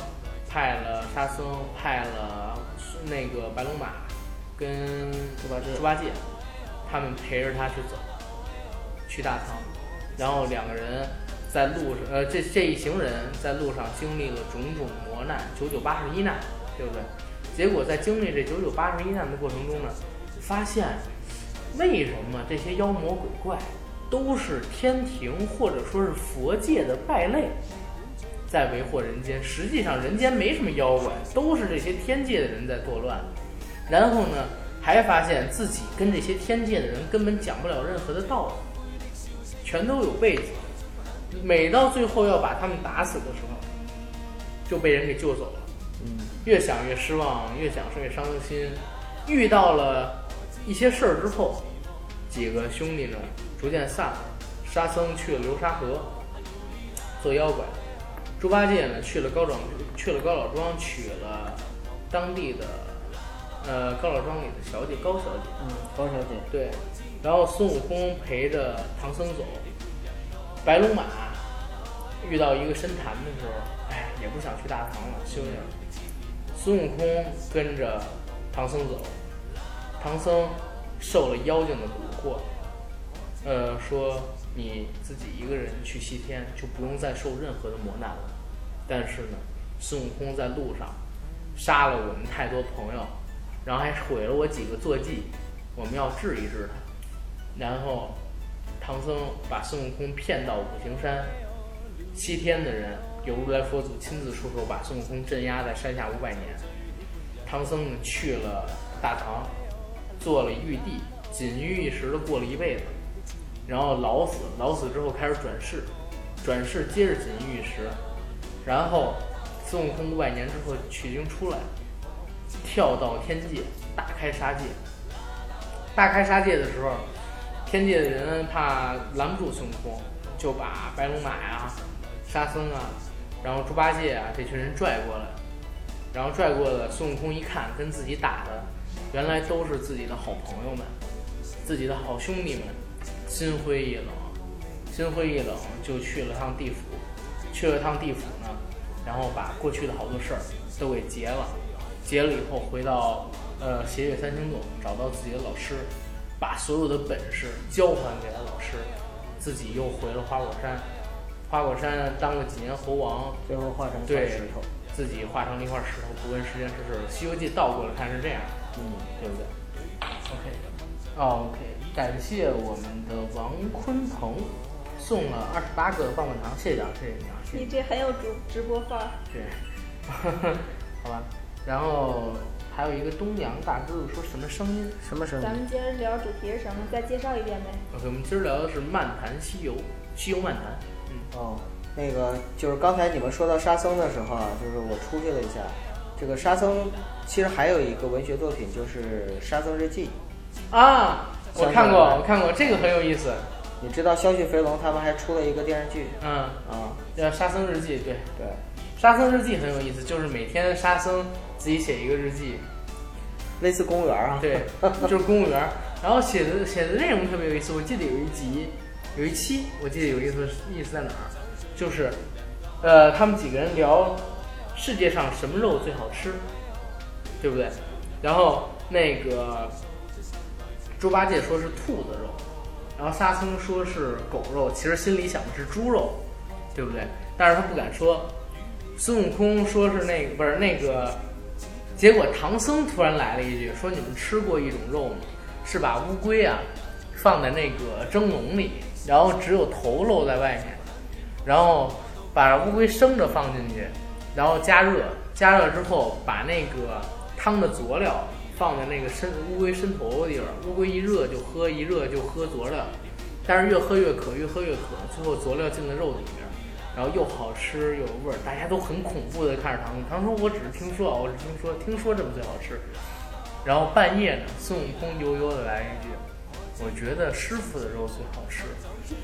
S1: 派了沙僧，派了那个白龙马跟
S3: 猪八戒
S1: 猪八戒，他们陪着他去走，去大唐，然后两个人在路上，呃，这这一行人在路上经历了种种磨难，九九八十一难，对不对？结果在经历这九九八十一难的过程中呢，发现为什么这些妖魔鬼怪都是天庭或者说是佛界的败类，在为祸人间。实际上，人间没什么妖怪，都是这些天界的人在作乱。然后呢，还发现自己跟这些天界的人根本讲不了任何的道理，全都有背景。每到最后要把他们打死的时候，就被人给救走了。
S3: 嗯，
S1: 越想越失望，越想越伤心。遇到了一些事儿之后，几个兄弟呢逐渐散了。沙僧去了流沙河做妖怪，猪八戒呢去了高庄，去了高老庄娶了当地的呃高老庄里的小姐高小姐。
S3: 嗯，高小姐，
S1: 对，然后孙悟空陪着唐僧走，白龙马遇到一个深潭的时候，哎，也不想去大唐了，休息了。孙悟空跟着唐僧走，唐僧受了妖精的蛊惑，呃，说你自己一个人去西天，就不用再受任何的磨难了。但是呢，孙悟空在路上杀了我们太多朋友，然后还毁了我几个坐骑，我们要治一治他。然后，唐僧把孙悟空骗到五行山，西天的人由如来佛祖亲自出手，把孙悟空镇压在山下五百年。唐僧呢去了大唐，做了玉帝，锦衣玉食的过了一辈子，然后老死，老死之后开始转世，转世接着锦衣玉食，然后孙悟空五百年之后取经出来，跳到天界，大开杀戒。大开杀戒的时候，天界的人怕拦不住孙悟空，就把白龙马呀、沙僧啊，然后猪八戒啊这群人拽过来，然后拽过来，孙悟空一看跟自己打的，原来都是自己的好朋友们，自己的好兄弟们，心灰意冷，心灰意冷就去了趟地府，去了趟地府呢，然后把过去的好多事儿都给结了，结了以后回到呃斜月三星洞，找到自己的老师，把所有的本事交还给他老师，自己又回了花果山，花果山当了几年猴王，
S3: 最后化成块
S1: 对
S3: 石头。
S1: 自己化成了一块石头，不问世间世事。《西游记》倒过来看是这样，
S3: 嗯，
S1: 对不对？OK，哦，OK，感谢我们的王鲲鹏送了二十八个棒棒糖，谢谢啊，谢谢你啊，谢谢
S2: 你
S1: 你。
S2: 这很有直直播范儿。
S1: 对，好吧。然后还有一个东阳大哥说什么声音
S3: 什么声音
S2: 咱？们接着聊主题是什么？再介绍一遍呗。
S1: ？OK，我们今儿聊的是《漫谈西游》，西游漫谈。嗯，
S3: 哦，那个就是刚才你们说到沙僧的时候啊，就是我出去了一下。这个沙僧其实还有一个文学作品，就是《沙僧日记》。
S1: 啊，我看过，
S3: 香港
S1: 我看过，这个很有意思。
S3: 你知道消息飞龙他们还出了一个电视剧
S1: 嗯，
S3: 啊？
S1: 叫《沙僧日记》，对，
S3: 对，
S1: 《沙僧日记》很有意思，就是每天沙僧自己写一个日记，
S3: 类似公园啊。
S1: 对，就是公务员儿，然后写的写的内容特别有意思。我记得有一集，有一期，我记得有意思意思在哪儿，就是，呃，他们几个人聊世界上什么肉最好吃，对不对？然后那个猪八戒说是兔子肉，然后沙僧说是狗肉，其实心里想的是猪肉，对不对？但是他不敢说。孙悟空说是那个不是那个结果唐僧突然来了一句，说你们吃过一种肉吗？是把乌龟啊放在那个蒸笼里，然后只有头露在外面，然后把乌龟生着放进去，然后加热，加热之后把那个汤的佐料放在那个身乌龟身头的地方，乌龟一热就喝，一热就喝佐料，但是越喝越渴，越喝越渴，最后佐料进了肉里面，然后又好吃又有味儿，大家都很恐怖的看着唐僧。唐僧说：“我只是听说啊，我只是听说，听说这么最好吃。”然后半夜呢，孙悟空悠悠的来一句：“我觉得师傅的肉最好吃，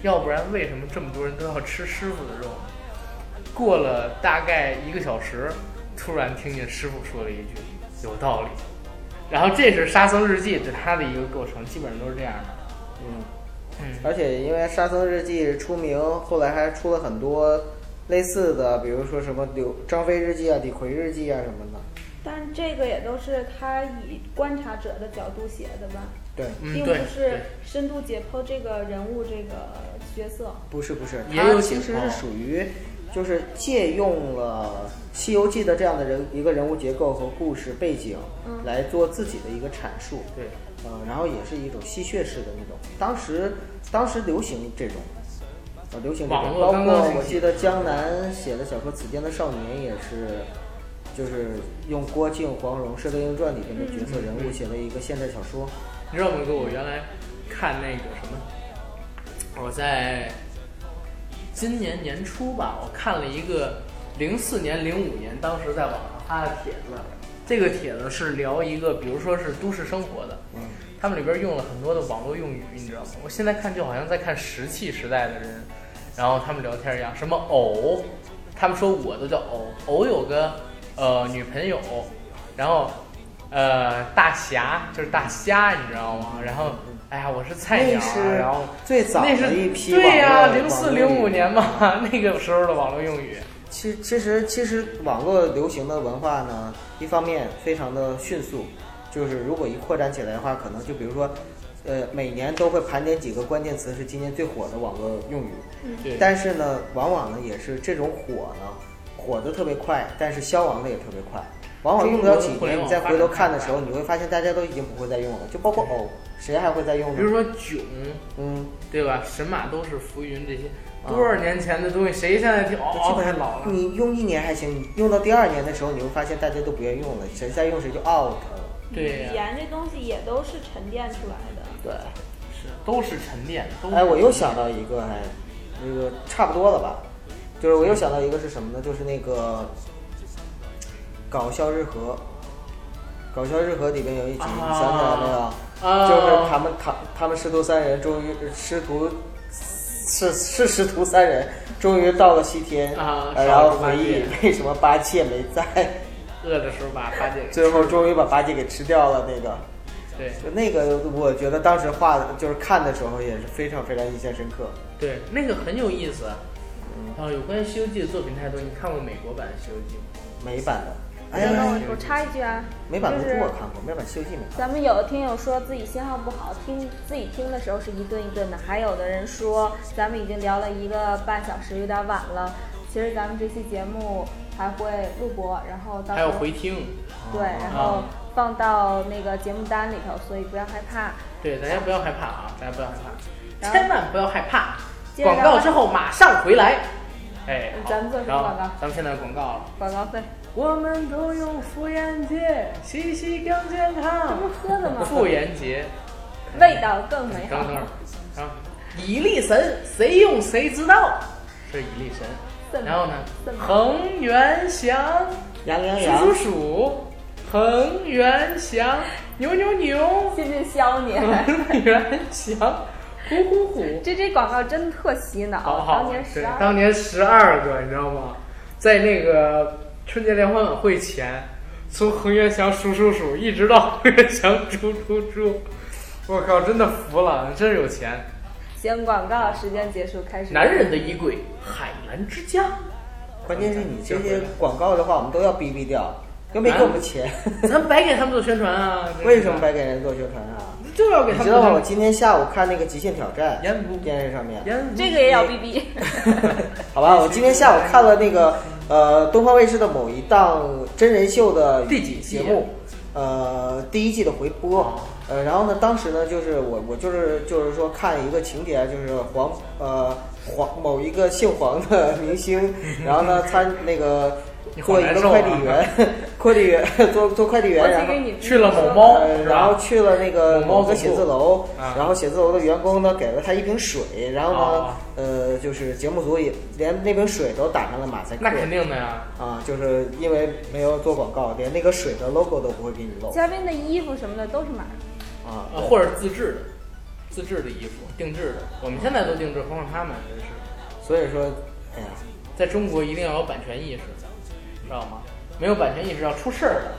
S1: 要不然为什么这么多人都要吃师傅的肉呢？”过了大概一个小时，突然听见师傅说了一句：“有道理。”然后这是《沙僧日记》对它的一个构成，基本上都是这样的。
S3: 嗯，
S1: 嗯，
S3: 而且因为《沙僧日记》出名，后来还出了很多类似的，比如说什么刘张飞日记啊、李逵日记啊什么的。
S2: 但这个也都是他以观察者的角度写的吧，
S3: 对，
S1: 嗯，
S2: 并
S1: 对
S2: 不
S1: 对
S2: 是。深度解剖这个人物这个角色。
S3: 不是不是，
S1: 也
S3: 它
S1: 有哦
S3: 其
S1: 解
S3: 实
S1: 剖
S3: 是属于就是借用了《西游记》的这样的人一个人物结构和故事背景
S2: 嗯
S3: 来做自己的一个阐述。
S1: 对
S3: 嗯，然后也是一种吸血式的那种。当时当时流行这种，呃，流行这
S1: 网
S3: 种，
S1: 络
S3: 包
S1: 刚刚
S3: 括
S1: 兴
S3: 我
S1: 起
S3: 记得江南写的小说《此间的少年》也是，就是用郭靖、黄蓉《射雕英雄传》里边的角色人物写了一个现代小说。
S1: 你知道吗？哥，我原来看那个什么，我在今年年初吧，我看了一个零四年、零五年，当时在网上发的帖子。这个帖子是聊一个，比如说是都市生活的，
S3: 嗯，
S1: 他们里边用了很多的网络用语，你知道吗？我现在看就好像在看石器时代的人，然后他们聊天一样，什么偶，他们说我都叫偶，偶有个呃女朋友，然后呃大侠就是大虾，你知道吗？然后哎呀，我是菜鸟
S3: 那
S1: 啊，
S3: 是
S1: 然后
S3: 最早
S1: 那
S3: 的
S1: 是
S3: 一批
S1: 对呀、
S3: 网络
S1: 零四
S3: 网络
S1: 零五
S3: 语
S1: 年嘛， 那个时候的网络用语，
S3: 其其实其实网络流行的文化呢，一方面非常的迅速，就是如果一扩展起来的话，可能就比如说，呃，每年都会盘点几个关键词是今年最火的网络用语，
S1: 对，
S3: 但是呢，往往呢也是这种火呢，火的特别快，但是消亡的也特别快。往往用不了几
S1: 中国的互联
S3: 年，
S1: 网
S3: 你再回头看的时候，
S1: 发
S3: 你会发现大家都已经不会再用了，就包括偶，谁还会再用
S1: 比如
S3: 呢？
S1: 说囧，
S3: 嗯，
S1: 对吧？神马都是浮云这些。
S3: 啊
S1: 多少年前的东西，谁现在听？哦，
S3: 基本
S1: 太
S3: 上
S1: 老了。
S3: 你用一年还行，你用到第二年的时候，你会发现大家都不愿意用了，谁再用谁就 out 了。
S1: 对呀
S2: 语言这东西也都是沉淀出来的。
S3: 对，
S2: 嗯
S1: 是，都是沉淀，都是
S3: 哎，我又想到一个，哎，那个差不多了吧？就是我又想到一个是什么呢？就是那个搞笑日和，搞笑日和里边有一集，
S1: 啊
S3: 你想起来没有？
S1: 啊，
S3: 就是他们他他们师徒三人终于师徒是是师徒三人终于到了西天，
S1: 啊
S3: 呃然后
S1: 少了八
S3: 回忆
S1: 戒
S3: 为什么八戒没在，
S1: 饿的时候把八戒给
S3: 最后终于把八戒给吃掉了那个。
S1: 对
S3: 就那个，我觉得当时画的就是看的时候也是非常非常印象深刻。
S1: 对，那个很有意思。
S3: 嗯
S1: 啊，有关于《西游记》的作品太多，你看过美国版《西游记》吗？
S3: 美版的，哎
S2: 等等，
S3: 呀，
S2: 我我插一句啊，
S3: 美版
S2: 就
S3: 的
S2: 是
S3: 猪我看过，美版《西游记》没看
S2: 咱们有的听友说自己信号不好，听自己听的时候是一顿一顿的，还有的人说咱们已经聊了一个半小时，有点晚了。其实咱们这期节目还会录播，然后到
S1: 还
S2: 时
S1: 有
S2: 候
S1: 回听，
S2: 对，然后放到那个节目单里头，所以不要害怕。
S1: 对，大家不要害怕啊，大家不要害怕，
S2: 然后
S1: 千万不要害怕。
S2: 接着
S1: 广告之后马上回来。哎，好
S2: 咱们做什么
S1: 然后
S2: 广告
S1: 咱们现在有广告了。
S2: 广告费，
S1: 我们都有妇炎洁，洗洗更健
S2: 这
S1: 康
S2: 不。喝的吗？
S1: 妇炎洁，
S2: 味道更美
S1: 等
S2: 好。
S1: 等，啊，以力神，谁用谁知道，是以力
S2: 怎
S1: 神。
S2: 么
S1: 然后呢
S2: 怎，么
S1: 恒源祥，
S3: 羊羊
S1: 数数
S3: 羊，
S1: 数，恒源祥，牛牛牛，
S2: 信不信削 你？
S1: 恒源祥，虎虎虎。
S2: 这这广告真特洗脑，
S1: 好好，
S2: 当年十
S1: 对
S2: 二，
S1: 当年十二个，你知道吗？在那个春节联欢晚会前，从恒源祥数数数一直到恒源祥猪猪猪，我靠，真的服了，真是有钱。
S2: 行，广告时间结束，开始。
S1: 男人的衣柜，海澜之家。
S3: 关键是你这些广告的话，我们都要逼逼掉，又没给我们钱，
S1: 咱白给他们做宣传 啊！
S3: 为什么？白给人做宣传啊？
S1: 就要给
S3: 你
S1: 他们
S3: 知道吗？
S1: 做
S3: 我今天下午看那个《极限挑战
S1: 烟不》
S3: 电视上面，
S1: 宣传。
S2: 这个也要逼逼。
S3: 好吧，我今天下午看了那个呃东方卫视的某一档真人秀的
S1: 第几季啊
S3: 节目，呃第一季的回播
S1: 哦。
S3: 呃，然后呢，当时呢，就是我我就是就是说看一个情节，啊就是黄呃黄某一个姓黄的 明星，然后呢参那个
S1: 你好
S3: 做一
S1: 难
S3: 个
S1: 受啊
S3: 快递员， 快递员做做快递员，
S2: 我
S3: 然
S2: 只
S3: 后
S2: 给你
S1: 去了某
S2: 猫。
S1: 猫
S3: 呃，
S1: 是
S3: 然后
S1: 吧？
S3: 去了那个
S1: 某猫
S3: 某个
S1: 总
S3: 写
S1: 部
S3: 字楼
S1: 啊，
S3: 然后写字楼的员工呢给了他一瓶水，然后呢
S1: 啊，
S3: 呃，就是节目组也连那瓶水都打上了马赛克
S1: 那，肯定的呀。
S3: 啊，就是因为没有做广告，连那个水的 logo 都不会给你露
S2: 嘉宾的衣服什么的都是买的。
S3: 啊
S1: 呃，，或者自制的，自制的衣服，定制的。我们现在都定制，何况他们真是。
S3: 所以说，哎呀，
S1: 在中国一定要有版权意识，知道吗？没有版权意识要出事儿的。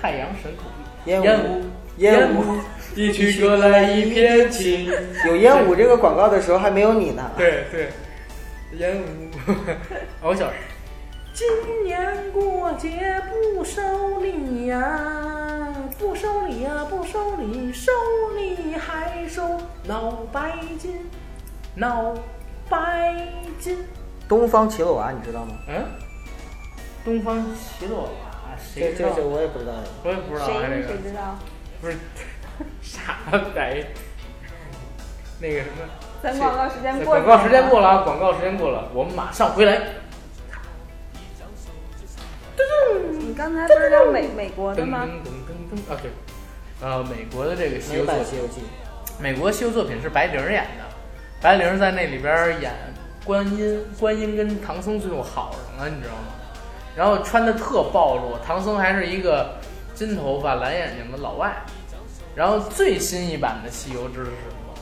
S1: 太阳神口
S3: 烟雾
S1: 雾，
S3: 烟
S1: 烟
S3: 雾，
S1: 一曲歌来一片情。
S3: 有烟雾这个广告的时候还没有你呢，
S1: 对对，烟雾， 我小时候。今年过节不收礼呀、不收礼呀、不收礼，收礼还收脑白金，脑白金。
S3: 东方奇洛娃你知道吗？
S1: 嗯，东方奇洛娃，
S3: 这
S1: 谁知
S3: 这
S1: 道？
S3: 这我也不知道呀，
S1: 我也不知道啊这
S2: 谁
S1: 个
S2: 谁知道？
S1: 不是傻白， 那个什么。
S2: 咱广告时间过。
S1: 广告时间过。了啊！广告时间过了，我们马上回来。
S2: 你刚才不是聊美美国
S1: 噔噔
S2: 的
S1: 噔噔
S2: 吗？
S1: 噔啊，对，呃，美国的这个西
S3: 美
S1: 游作
S3: 版《西
S1: 品，
S3: 游记
S1: 美国西游作品是白灵儿演的，白灵儿在那里边儿演观音，观音跟唐僧最后好上了，你知道吗？然后穿的特暴露，唐僧还是一个金头发蓝眼睛的老外。然后最新一版的《西游》知道是什么吗？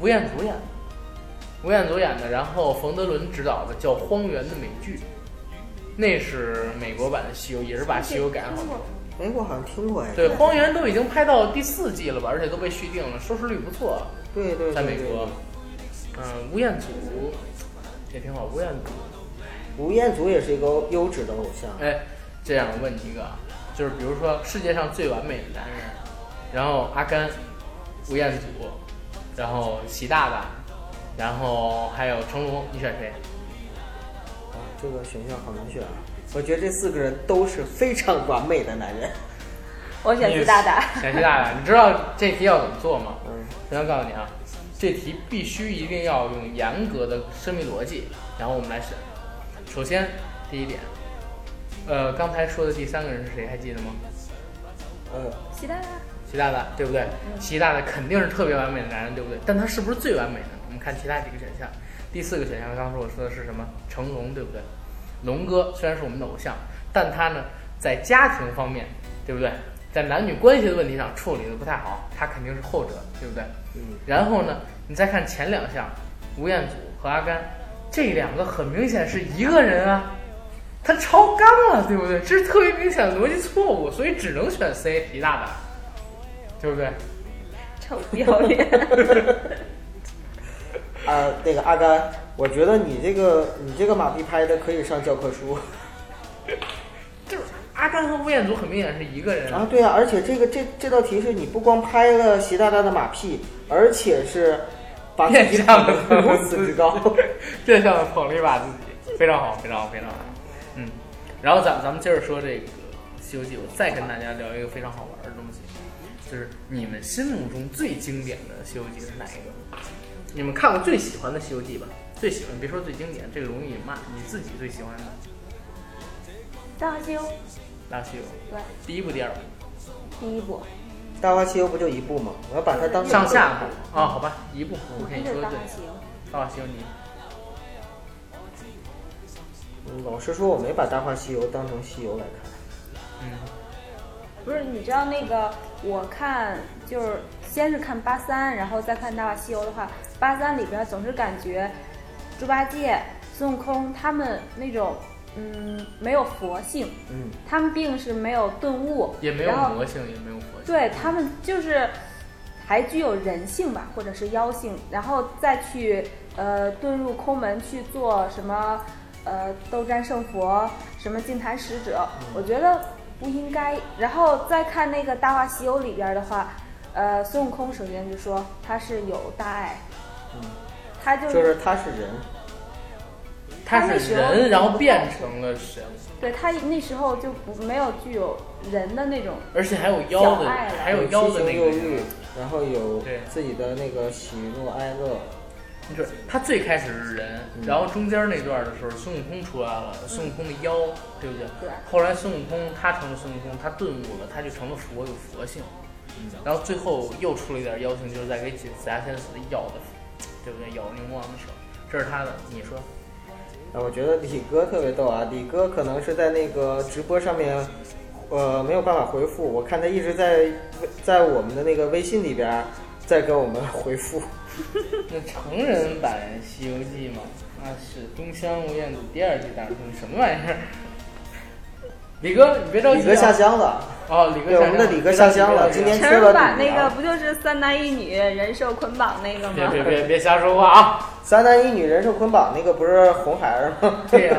S1: 吴彦祖演的，吴彦祖演的，然后冯德伦执导的叫《荒原》的美剧，那是美国版的《西游》，也是把《西游》改好
S2: 听。过。》，
S3: 哎，我好像听过哎，
S1: 对，《荒原》都已经拍到第四季了吧，而且都被续订了，收视率不错，啊
S3: 对对对，
S1: 在美
S3: 对
S1: 国。嗯、吴彦祖也挺好，吴彦祖
S3: 吴彦祖也是一个优质的偶像，啊
S1: 哎，这样我问你一个，啊，就是比如说世界上最完美的男人，然后阿甘、吴彦祖，然后习大大，然后还有成龙，你选谁？
S3: 啊，这个选项好难选啊！我觉得这四个人都是非常完美的男人。
S2: 我选习大大。
S1: 选习大大。你知道这题要怎么做吗？
S3: 嗯，
S1: 我想告诉你啊，这题必须一定要用严格的生命逻辑，然后我们来审。首先，第一点，呃，刚才说的第三个人是谁？还记得吗？
S3: 呃，
S2: 习大大。
S1: 习大大，对不对？习大大肯定是特别完美的男人，对不对？但他是不是最完美呢？我们看其他几个选项，第四个选项，刚才我说的是什么？成龙，对不对？龙哥虽然是我们的偶像，但他呢，在家庭方面，对不对？在男女关系的问题上处理的不太好，他肯定是后者，对不对？
S3: 嗯，
S1: 然后呢，你再看前两项，吴彦祖和阿甘，这两个很明显是一个人啊，他超纲了，对不对？这是特别明显的逻辑错误，所以只能选 C 习大大，对不对？
S2: 臭不要脸！
S3: 啊，那个阿甘，我觉得你这个你这个马屁拍的可以上教科书
S1: 就是阿甘和吴彦祖很明显是一个人
S3: 啊！对啊，而且这个这这道题是你不光拍了习大大的马屁，而且是把自己
S1: 变相的
S3: 捧得如此之高。
S1: 变相的捧了一把自己，非常好，非常好，非常好。嗯，然后咱咱们接着说这个《西游记》，我再跟大家聊一个非常好玩的东西，就是你们心目中最经典的《西游记》是哪一个？你们看过最喜欢的《西游记》吧？最喜欢，别说最经典，这个容易骂。你自己最喜欢的，
S2: 大话西游》
S1: 大西游
S2: 对
S1: 第一部、第二部，
S2: 第一部，
S3: 大话西游》不就一部吗？我要把它当成
S1: 上下部啊，好吧，一部。我看
S2: 那
S1: 你
S2: 就是
S1: 说
S2: 《
S1: 的
S2: 大话
S1: 对，
S2: 西游》。
S1: 大话西游你
S3: 嗯老实说，我没把《大话西游》当成西游来看。
S1: 嗯
S2: 不是，你知道那个我看就是先是看八三，然后再看《大话西游》的话，八三里边总是感觉猪八戒、孙悟空他们那种嗯没有佛性，
S3: 嗯，
S2: 他们并是没有顿悟，
S1: 也没有
S2: 然后
S1: 魔性，也没有佛性。
S2: 对他们就是还具有人性吧，或者是妖性，然后再去呃遁入空门去做什么呃斗战胜佛，什么净坛使者，
S1: 嗯
S2: 我觉得不应该。然后再看那个《大话西游》里边的话，呃，孙悟空首先就说他是有大爱，
S3: 嗯，
S2: 他就
S3: 就是他是人，
S1: 他
S2: 那
S1: 是
S2: 时候
S1: 人，然后
S2: 不
S1: 变成了神，
S2: 对他那时候就不没有具有人的那种
S1: 而且还有妖
S2: 小
S1: 的，
S2: 爱了
S1: 还有妖的
S3: 七情
S1: 那
S3: 六
S1: 个
S3: 欲
S1: 人。，
S3: 然后有
S1: 对
S3: 自己的那个喜怒哀乐。
S1: 就是他最开始是人，
S3: 嗯
S1: 然后中间那段的时候，孙悟空出来了，孙悟空的妖，对不对？
S2: 对
S1: 后来孙悟空他成了孙悟空，他顿悟了，他就成了佛，有佛性。然后最后又出了一点妖性，就是在给紫霞仙子咬的，对不对？咬牛魔王的手，这是他的。你说
S3: 啊，我觉得李哥特别逗啊，李哥可能是在那个直播上面，呃，没有办法回复，我看他一直在在我们的那个微信里边儿在给我们 回复。
S1: 那成人版《西游记》嘛，那是《东乡吴彦祖》第二季大叔，什么玩意儿？李哥，你别着急、啊。
S3: 李哥下乡了，
S1: 哦，李哥
S3: 对，
S1: 下
S3: 我
S1: 乡。
S3: 们的李哥下乡了，
S1: 别着急
S3: 今天
S2: 成
S3: 缺
S2: 人
S3: 了
S2: 版
S3: 你
S2: 那个
S3: 啊。
S2: 不就是三男一女人兽捆绑那个
S1: 别
S2: 吗？
S1: 别别别瞎说话啊！
S3: 三男一女人兽捆绑那个不是红孩儿吗？
S1: 对呀、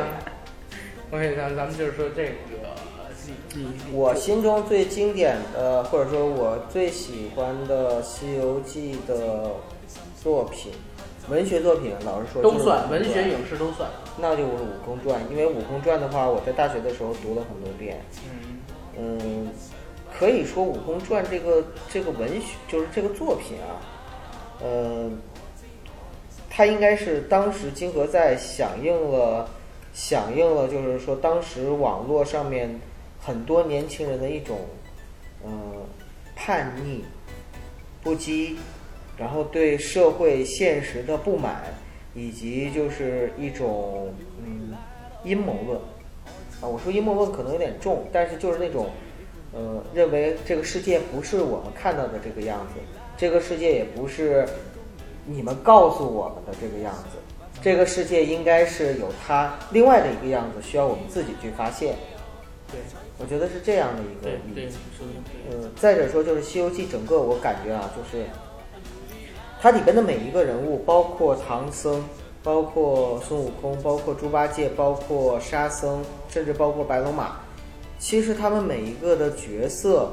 S1: 我跟你讲，咱们就是说这个，你你
S3: 我心中最经典的，或者说我最喜欢的《西游记》的作品，文学作品，老实说
S1: 都
S3: 就是
S1: 算
S3: 武
S1: 文学
S3: 功
S1: 影视都算。
S3: 那就是《武功传》，因为《武功传》的话，我在大学的时候读了很多遍。
S1: 嗯，
S3: 嗯，可以说《武功传》这个这个文学，就是这个作品啊，呃，它应该是当时金河在响应了，响应了，就是说当时网络上面很多年轻人的一种，嗯、叛逆、不羁，然后对社会现实的不满，以及就是一种嗯阴谋论。啊，我说阴谋论可能有点重，但是就是那种，呃，认为这个世界不是我们看到的这个样子，这个世界也不是你们告诉我们的这个样子，这个世界应该是有它另外的一个样子，需要我们自己去发现。
S1: 对
S3: 我觉得是这样的一个
S1: 对
S3: 意
S1: 对，
S3: 义。
S1: 说的对。
S3: 呃，再者说就是《西游记》整个，我感觉啊，就是它里边的每一个人物，包括唐僧，包括孙悟空，包括猪八戒，包括沙僧，甚至包括白龙马，其实他们每一个的角色，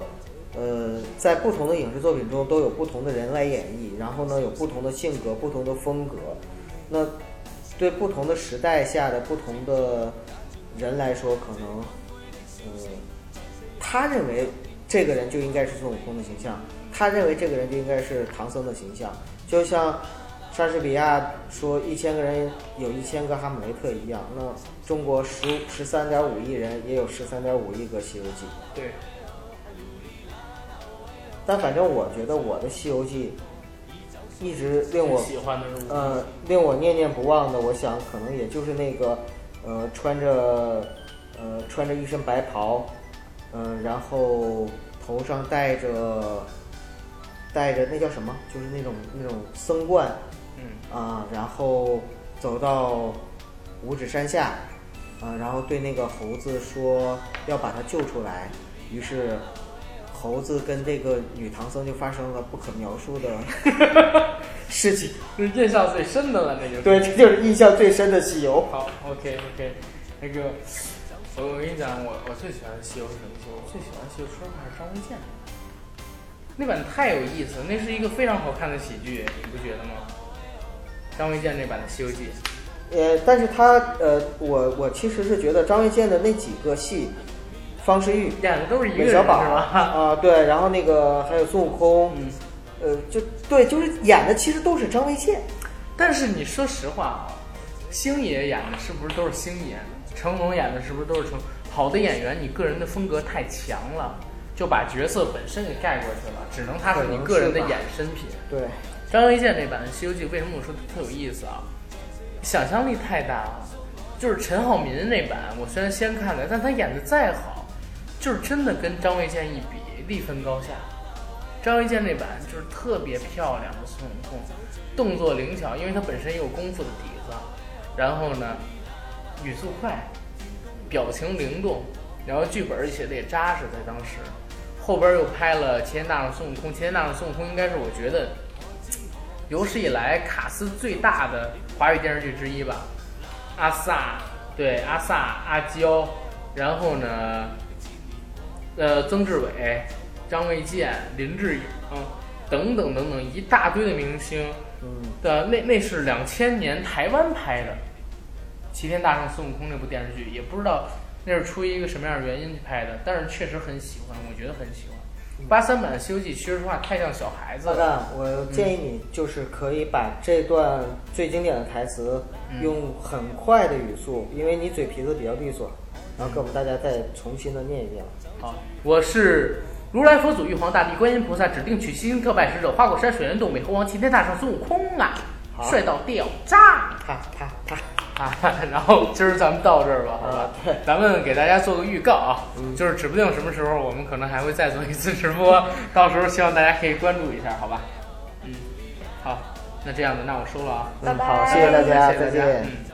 S3: 呃，在不同的影视作品中都有不同的人来演绎，然后呢有不同的性格、不同的风格，那对不同的时代下的不同的人来说，可能，呃，他认为这个人就应该是孙悟空的形象，他认为这个人就应该是唐僧的形象，就像莎士比亚说“一千个人有一千个哈姆雷特”一样，那中国十十三点五亿人也有十三点五亿个《西游记》。
S1: 对，
S3: 但反正我觉得我的《西游记》一直令
S1: 最
S3: 我
S1: 喜欢的是我。
S3: 呃，令我念念不忘的，我想可能也就是那个，呃，穿着，呃，穿着一身白袍，嗯、然后头上戴着，戴着那叫什么，就是那种那种僧冠
S1: 嗯，
S3: 啊、然后走到五指山下，啊、然后对那个猴子说要把他救出来，于是猴子跟这个女唐僧就发生了不可描述的 事情。
S1: 就是印象最深的了，那就是。
S3: 对，这就是印象最深的哦西游。
S1: 好，OK OK，那个，我我跟你讲，我我最喜欢的西游是什么西游？我最喜欢西游说实话是张卫健。那版太有意思了，那是一个非常好看的喜剧，你不觉得吗？张卫健那版的《西游记》，
S3: 呃，但是他呃，我我其实是觉得张卫健的那几个戏，方世玉、
S1: 演的都是一个
S3: 韦
S1: 人，
S3: 小宝
S1: 是吧？
S3: 啊、对，然后那个还有孙悟空，
S1: 嗯。
S3: 呃，就对，就是演的其实都是张卫健。
S1: 但是你说实话啊，星爷演的是不是都是星爷？成龙演的是不是都是成？好的演员，你个人的风格太强了，就把角色本身给盖过去了，只能他是你个人的衍生品。
S3: 对，
S1: 张卫健那版的《西游记》为什么我说它特有意思啊？想象力太大了。就是陈浩民那版，我虽然先看的，但他演的再好，就是真的跟张卫健一比，力分高下。张卫健那版就是特别漂亮的孙悟空，动作灵巧，因为他本身也有功夫的底子，然后呢，语速快，表情灵动，然后剧本写的也扎实，在当时。后边又拍了《齐天大圣孙悟空》，《齐天大圣孙悟空》应该是我觉得有史以来卡斯最大的华语电视剧之一吧。阿萨，对阿萨、阿娇，然后呢，呃，曾志伟、张卫健、林志颖、等等等等一大堆的明星
S3: 嗯，
S1: 的那那是两千年台湾拍的《齐天大圣孙悟空》那部电视剧，也不知道那是出于一个什么样的原因去拍的，但是确实很喜欢，我觉得很喜欢。八三版《西游记》，说实话太像小孩子
S3: 老
S1: 了。
S3: 干，我建议
S1: 嗯
S3: 你就是可以把这段最经典的台词
S1: 嗯
S3: 用很快的语速，因为你嘴皮子比较利索，
S1: 嗯
S3: 然后给我们大家再重新的念一遍。
S1: 好，我是如来佛祖、玉皇大帝、观音菩萨指定取西特拜使者，花果山水帘洞、美猴王、齐天大圣孙悟空啊
S3: 好，
S1: 帅到掉渣
S3: 啪啪啪！
S1: 啊！ 然后今儿咱们到这儿吧，好吧
S3: 啊？对
S1: 咱们给大家做个预告啊，就是指不定什么时候我们可能还会再做一次直 播，到时候希望大家可以关注一下，好吧？嗯，好，那这样子，那我收了啊，
S2: 拜
S3: 嗯，
S2: 拜
S3: 好，谢谢大家，
S1: 谢谢大
S3: 再
S1: 家，
S3: 见。
S1: 嗯。